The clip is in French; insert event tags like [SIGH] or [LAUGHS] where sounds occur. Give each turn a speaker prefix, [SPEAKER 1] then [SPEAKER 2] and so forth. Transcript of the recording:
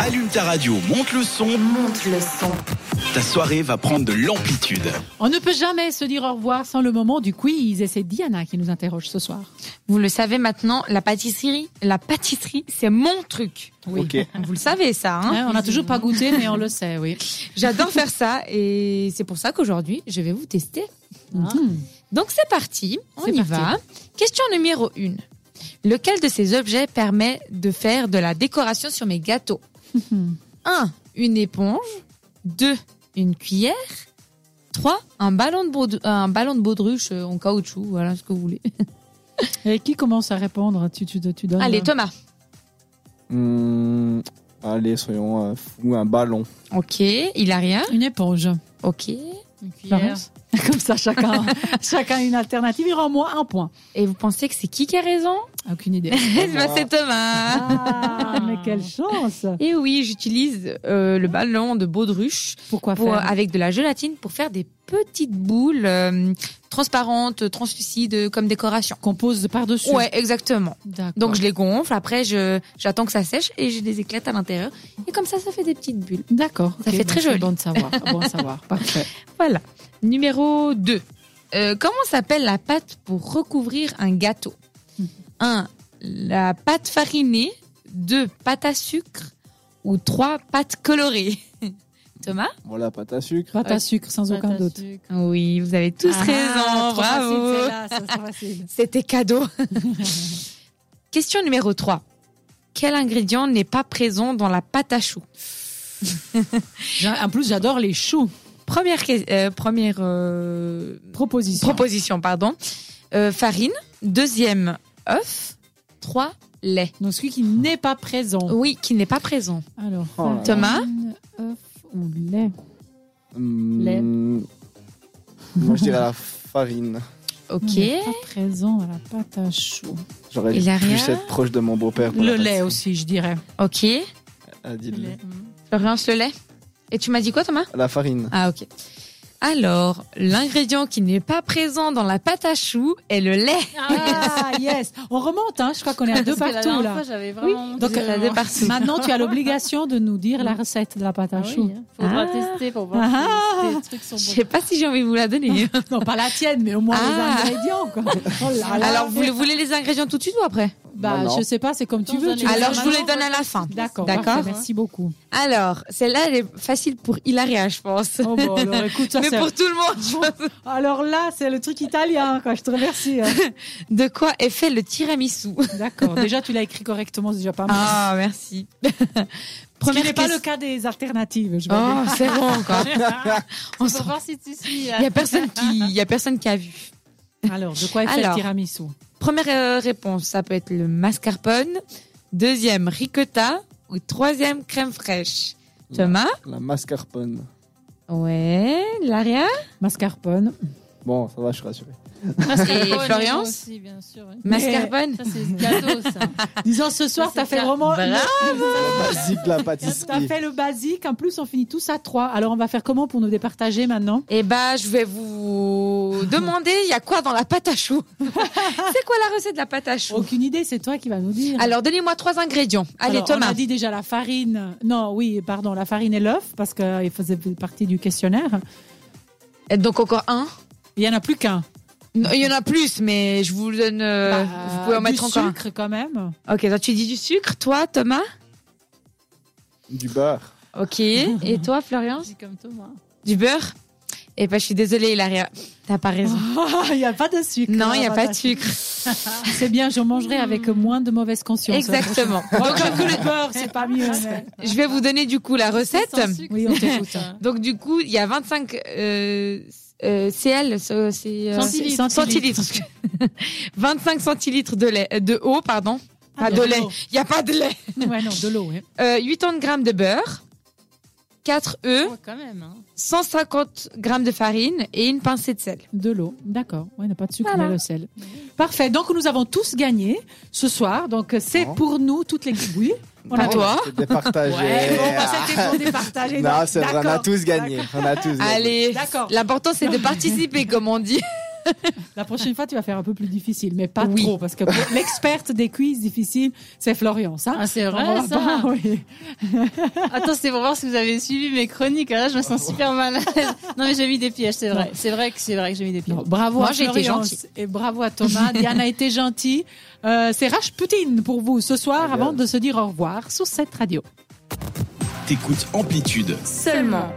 [SPEAKER 1] allume ta radio, monte le son,
[SPEAKER 2] Monte le son.
[SPEAKER 1] ta soirée va prendre de l'amplitude.
[SPEAKER 3] On ne peut jamais se dire au revoir sans le moment du quiz. Et c'est Diana qui nous interroge ce soir.
[SPEAKER 4] Vous le savez maintenant, la pâtisserie, la pâtisserie, c'est mon truc.
[SPEAKER 3] Oui.
[SPEAKER 4] Vous le savez ça, hein
[SPEAKER 3] Hein, on n'a toujours pas goûté, mais
[SPEAKER 4] [LAUGHS]
[SPEAKER 3] on le sait, oui.
[SPEAKER 4] J'adore faire ça et c'est pour ça qu'aujourd'hui, je vais vous tester.
[SPEAKER 3] Mhm.
[SPEAKER 4] Donc Ah. c'est parti, on
[SPEAKER 3] C'est
[SPEAKER 4] y
[SPEAKER 3] parti.
[SPEAKER 4] va. Question numéro 1. Lequel de ces objets permet de faire de la décoration sur mes [LAUGHS] gâteaux 1. Une éponge. 2. Une cuillère. 3. Un ballon de, baudru- un ballon de baudruche euh, en caoutchouc, voilà ce que vous voulez.
[SPEAKER 3] Et qui commence à répondre tu, tu, tu donnes.
[SPEAKER 4] Allez, Thomas.
[SPEAKER 5] Hmm, allez, soyons euh, fous, un ballon.
[SPEAKER 4] Ok, il a rien.
[SPEAKER 3] Une éponge.
[SPEAKER 4] Ok. Bah
[SPEAKER 3] Florence. [LAUGHS] Comme ça,
[SPEAKER 4] [LAUGHS]
[SPEAKER 3] chacun, chacun une alternative. Il rend moins un point.
[SPEAKER 4] Et vous pensez que c'est qui qui a raison
[SPEAKER 3] Aucune idée.
[SPEAKER 4] Eh ben, C'est Thomas.
[SPEAKER 3] Ah, mais quelle chance
[SPEAKER 4] [LAUGHS] Et oui, j'utilise euh, le ballon de baudruche
[SPEAKER 3] Pourquoi
[SPEAKER 4] pour-
[SPEAKER 3] faire
[SPEAKER 4] avec de la gélatine pour faire des petites boules euh, transparentes, translucides euh, comme décoration.
[SPEAKER 3] Qu'on pose par-dessus.
[SPEAKER 4] Ouais, exactement.
[SPEAKER 3] D'accord.
[SPEAKER 4] Donc je les gonfle, après je j'attends que ça sèche et je les éclate à l'intérieur et comme ça ça fait des petites bulles.
[SPEAKER 3] D'accord.
[SPEAKER 4] Ça
[SPEAKER 3] ok,
[SPEAKER 4] fait
[SPEAKER 3] bon,
[SPEAKER 4] très
[SPEAKER 3] c'est
[SPEAKER 4] joli.
[SPEAKER 3] Bon de savoir. Bon à
[SPEAKER 4] [LAUGHS]
[SPEAKER 3] savoir. Parfait.
[SPEAKER 4] Voilà. Numéro 2. comment s'appelle la pâte pour recouvrir un gâteau Mhm. 1. La pâte farinée. 2. Pâte à sucre. Ou 3. Pâte colorée. [LAUGHS] Thomas
[SPEAKER 5] Voilà, pâte à sucre.
[SPEAKER 3] Pâte à sucre, sans aucun doute.
[SPEAKER 4] Oui, vous avez tous
[SPEAKER 3] Ah,
[SPEAKER 4] raison.
[SPEAKER 3] trop facile,
[SPEAKER 4] Bravo.
[SPEAKER 3] celle-là,
[SPEAKER 4] [LAUGHS]
[SPEAKER 3] ça, c'est facile.
[SPEAKER 4] C'était cadeau. [LAUGHS] Question numéro 3. Quel ingrédient n'est pas présent dans la pâte à choux
[SPEAKER 3] J'a- En plus, j'adore les choux.
[SPEAKER 4] Première, que- euh, première euh,
[SPEAKER 3] Proposition.
[SPEAKER 4] proposition, pardon. Euh, farine. Deuxième, œuf. Trois, lait.
[SPEAKER 3] Donc, celui qui n'est pas présent.
[SPEAKER 4] Oui, qui n'est pas présent.
[SPEAKER 3] Alors,
[SPEAKER 5] Oh là là.
[SPEAKER 4] Thomas
[SPEAKER 3] farine, œuf ou lait
[SPEAKER 5] Hmm,
[SPEAKER 3] Lait.
[SPEAKER 5] Moi, je dirais la farine.
[SPEAKER 3] On
[SPEAKER 4] Ok.
[SPEAKER 3] n'est Pas présent à la pâte à choux.
[SPEAKER 5] J'aurais
[SPEAKER 4] Il a
[SPEAKER 5] dû
[SPEAKER 4] rien.
[SPEAKER 5] être proche de mon beau-père. pour
[SPEAKER 3] Le
[SPEAKER 5] la pâte.
[SPEAKER 3] lait aussi, je dirais.
[SPEAKER 4] Ok.
[SPEAKER 5] Ah, dis le lait.
[SPEAKER 4] Florence, le lait. Et tu m'as dit quoi, Thomas
[SPEAKER 5] La farine.
[SPEAKER 4] Ah, ok. Alors, l'ingrédient qui n'est pas présent dans la pâte à choux est le lait.
[SPEAKER 3] Ah, yes On remonte, hein. je crois qu'on est à deux
[SPEAKER 6] Parce que
[SPEAKER 3] partout
[SPEAKER 6] la
[SPEAKER 3] là.
[SPEAKER 6] dernière fois, j'avais vraiment. honte.
[SPEAKER 3] Donc,
[SPEAKER 4] Vous êtes à deux partout.
[SPEAKER 3] Maintenant, tu as l'obligation de nous dire la recette de la pâte
[SPEAKER 6] Ah
[SPEAKER 3] à
[SPEAKER 6] oui,
[SPEAKER 3] choux.
[SPEAKER 6] hein. Faudra
[SPEAKER 4] Ah.
[SPEAKER 6] tester pour voir
[SPEAKER 3] Ah.
[SPEAKER 6] si les trucs
[SPEAKER 4] [LAUGHS]
[SPEAKER 6] sont
[SPEAKER 4] Je
[SPEAKER 6] bons.
[SPEAKER 4] sais pas si j'ai envie de vous
[SPEAKER 3] [LAUGHS]
[SPEAKER 4] la donner.
[SPEAKER 3] Non, pas la tienne, mais au moins
[SPEAKER 4] Ah.
[SPEAKER 3] les ingrédients. Quoi. Oh là là.
[SPEAKER 4] Alors, vous le voulez les ingrédients tout de suite ou après
[SPEAKER 3] bah,
[SPEAKER 5] Non, non.
[SPEAKER 3] je sais pas, c'est comme tu
[SPEAKER 6] Non,
[SPEAKER 3] veux.
[SPEAKER 6] j'en ai
[SPEAKER 3] tu
[SPEAKER 6] pas.
[SPEAKER 4] Alors,
[SPEAKER 3] sais
[SPEAKER 4] je vous
[SPEAKER 3] pas.
[SPEAKER 4] les donne à la fin.
[SPEAKER 3] D'accord,
[SPEAKER 4] D'accord.
[SPEAKER 3] parfait, merci beaucoup.
[SPEAKER 4] Alors, celle-là, elle est facile pour Hilaria, je pense.
[SPEAKER 3] Oh, bon, alors, écoute, ça,
[SPEAKER 4] Mais
[SPEAKER 3] c'est-
[SPEAKER 4] pour tout le monde, je pense.
[SPEAKER 3] alors là, c'est le truc italien, quoi. je te remercie. hein.
[SPEAKER 4] De quoi est fait le tiramisu
[SPEAKER 3] D'accord, déjà tu l'as écrit correctement, c'est déjà pas mal.
[SPEAKER 4] Ah, merci.
[SPEAKER 3] [LAUGHS] Ce qui n'est pas
[SPEAKER 4] question-
[SPEAKER 3] le cas des alternatives. Je vais dire.
[SPEAKER 4] Oh, c'est bon encore. [LAUGHS] On
[SPEAKER 6] Faut
[SPEAKER 4] s'en-
[SPEAKER 6] voir si tu suis. euh,
[SPEAKER 4] Il y a personne qui, il y a personne qui a vu.
[SPEAKER 3] Alors, de quoi est fait le
[SPEAKER 4] Alors.
[SPEAKER 3] tiramisu
[SPEAKER 4] Première euh, réponse, ça peut être le mascarpone. Deuxième, ricotta. Ou troisième, crème fraîche. Thomas
[SPEAKER 5] [LAUGHS] La mascarpone.
[SPEAKER 4] Ouais, Hilaria
[SPEAKER 3] Mascarpone.
[SPEAKER 5] Bon, ça va, je suis rassuré.
[SPEAKER 4] Et Florence
[SPEAKER 6] aussi, bien sûr. oui.
[SPEAKER 4] Mascarpone
[SPEAKER 6] Ça, c'est cadeau, ça.
[SPEAKER 3] Disons, ce soir,
[SPEAKER 6] c'est
[SPEAKER 3] t'as fait
[SPEAKER 6] ça.
[SPEAKER 3] vraiment...
[SPEAKER 4] Bravo.
[SPEAKER 5] La basique, la
[SPEAKER 3] T'as
[SPEAKER 5] pâtisserie.
[SPEAKER 3] fait le basique. En plus, on finit tous à trois. Alors, on va faire comment pour nous départager maintenant
[SPEAKER 4] Eh ben, je
[SPEAKER 3] [LAUGHS]
[SPEAKER 4] vais vous demander, il y a quoi dans la pâte à choux C'est quoi la recette de la pâte à choux
[SPEAKER 3] Aucune idée, c'est toi qui vas nous dire.
[SPEAKER 4] Alors, donnez-moi trois ingrédients. Allez,
[SPEAKER 3] Alors, On
[SPEAKER 4] Thomas.
[SPEAKER 3] a dit déjà la farine. Non, oui, pardon, la farine et l'œuf, parce qu'il faisait partie du questionnaire.
[SPEAKER 4] Donc, encore un.
[SPEAKER 3] Il y en a plus qu'un.
[SPEAKER 4] Non, Il y en a plus, mais je vous le donne. euh,
[SPEAKER 3] Bah,
[SPEAKER 4] vous pouvez en mettre
[SPEAKER 3] du
[SPEAKER 4] encore
[SPEAKER 3] sucre quand même. [LAUGHS]
[SPEAKER 4] un. Ok, toi, tu dis du sucre, toi, Thomas
[SPEAKER 5] Du beurre.
[SPEAKER 4] [LAUGHS] Ok. Et toi, Florian
[SPEAKER 6] J'ai comme Thomas.
[SPEAKER 4] Du beurre Eh ben, je suis désolée, Hilaria. T'as pas raison.
[SPEAKER 3] il n'y a pas de sucre.
[SPEAKER 4] non, il n'y a
[SPEAKER 3] Ah,
[SPEAKER 4] pas
[SPEAKER 3] bah,
[SPEAKER 4] de sucre.
[SPEAKER 3] C'est bien, je mangerai avec moins de mauvaise conscience.
[SPEAKER 4] [LAUGHS] Exactement.
[SPEAKER 3] Donc, le beurre, c'est pas mieux.
[SPEAKER 4] [LAUGHS]
[SPEAKER 3] mais-
[SPEAKER 4] Je vais vous donner du coup la recette.
[SPEAKER 6] Sans sucre,
[SPEAKER 3] Oui, on hein.
[SPEAKER 6] c'est
[SPEAKER 3] t'écoute.
[SPEAKER 6] bon, ça.
[SPEAKER 4] Donc, du coup, il y a 25 euh, euh, CL, ça, c'est. euh,
[SPEAKER 6] Centilitres.
[SPEAKER 4] centilitres. [LAUGHS] 25 centilitres de lait, euh, de eau, pardon. Pas Ah, de lait. Il n'y a pas de lait.
[SPEAKER 3] Ouais, non, de l'eau. ouais.
[SPEAKER 4] Euh, 80 grammes de beurre, 4 œufs,
[SPEAKER 6] Oh, quand même. hein.
[SPEAKER 4] 150 grammes de farine et une pincée de sel.
[SPEAKER 3] De l'eau, d'accord. Ouais, il n'y a pas de sucre,
[SPEAKER 4] Voilà.
[SPEAKER 3] mais le sel. Parfait. Donc, nous avons tous gagné ce soir. Donc, c'est
[SPEAKER 5] Non.
[SPEAKER 3] pour nous, toute l'équipe. [LAUGHS] Oui. On
[SPEAKER 5] Ah,
[SPEAKER 3] a
[SPEAKER 4] À toi.
[SPEAKER 5] C'était partagé.
[SPEAKER 3] Ouais, bon, bah, c'était pour départager.
[SPEAKER 5] non,
[SPEAKER 3] Donc,
[SPEAKER 5] c'est vrai, on a
[SPEAKER 3] d'accord.
[SPEAKER 5] tous gagné. On a tous gagné.
[SPEAKER 4] Allez,
[SPEAKER 3] D'accord.
[SPEAKER 4] [LAUGHS] l'important c'est de participer, comme on dit.
[SPEAKER 3] La prochaine fois, tu vas faire un peu plus difficile, mais pas
[SPEAKER 4] Oui.
[SPEAKER 3] trop, parce que pour- l'experte des quiz difficiles, c'est Florian, ça.
[SPEAKER 4] Hein,
[SPEAKER 6] Ah, c'est
[SPEAKER 3] On
[SPEAKER 6] vrai
[SPEAKER 3] va
[SPEAKER 6] ça.
[SPEAKER 3] pas- [LAUGHS] oui.
[SPEAKER 6] Attends, c'est pour voir si vous avez suivi mes chroniques. Ah, Là, je me sens
[SPEAKER 3] [LAUGHS]
[SPEAKER 6] super mal. à l'aise. Non, mais j'ai mis des pièges, c'est vrai. C'est vrai que c'est vrai que j'ai mis des pièges.
[SPEAKER 3] Non, bravo
[SPEAKER 4] Moi,
[SPEAKER 3] à
[SPEAKER 4] j'ai été
[SPEAKER 3] Florian
[SPEAKER 4] gentille.
[SPEAKER 3] et bravo à Thomas.
[SPEAKER 4] [LAUGHS]
[SPEAKER 3] Diane a été gentille. Euh, c'est Rajpoutine pour vous ce soir
[SPEAKER 5] Très bien.
[SPEAKER 3] avant de se dire au revoir sur cette radio.
[SPEAKER 1] T'écoutes Amplitude.
[SPEAKER 4] Seulement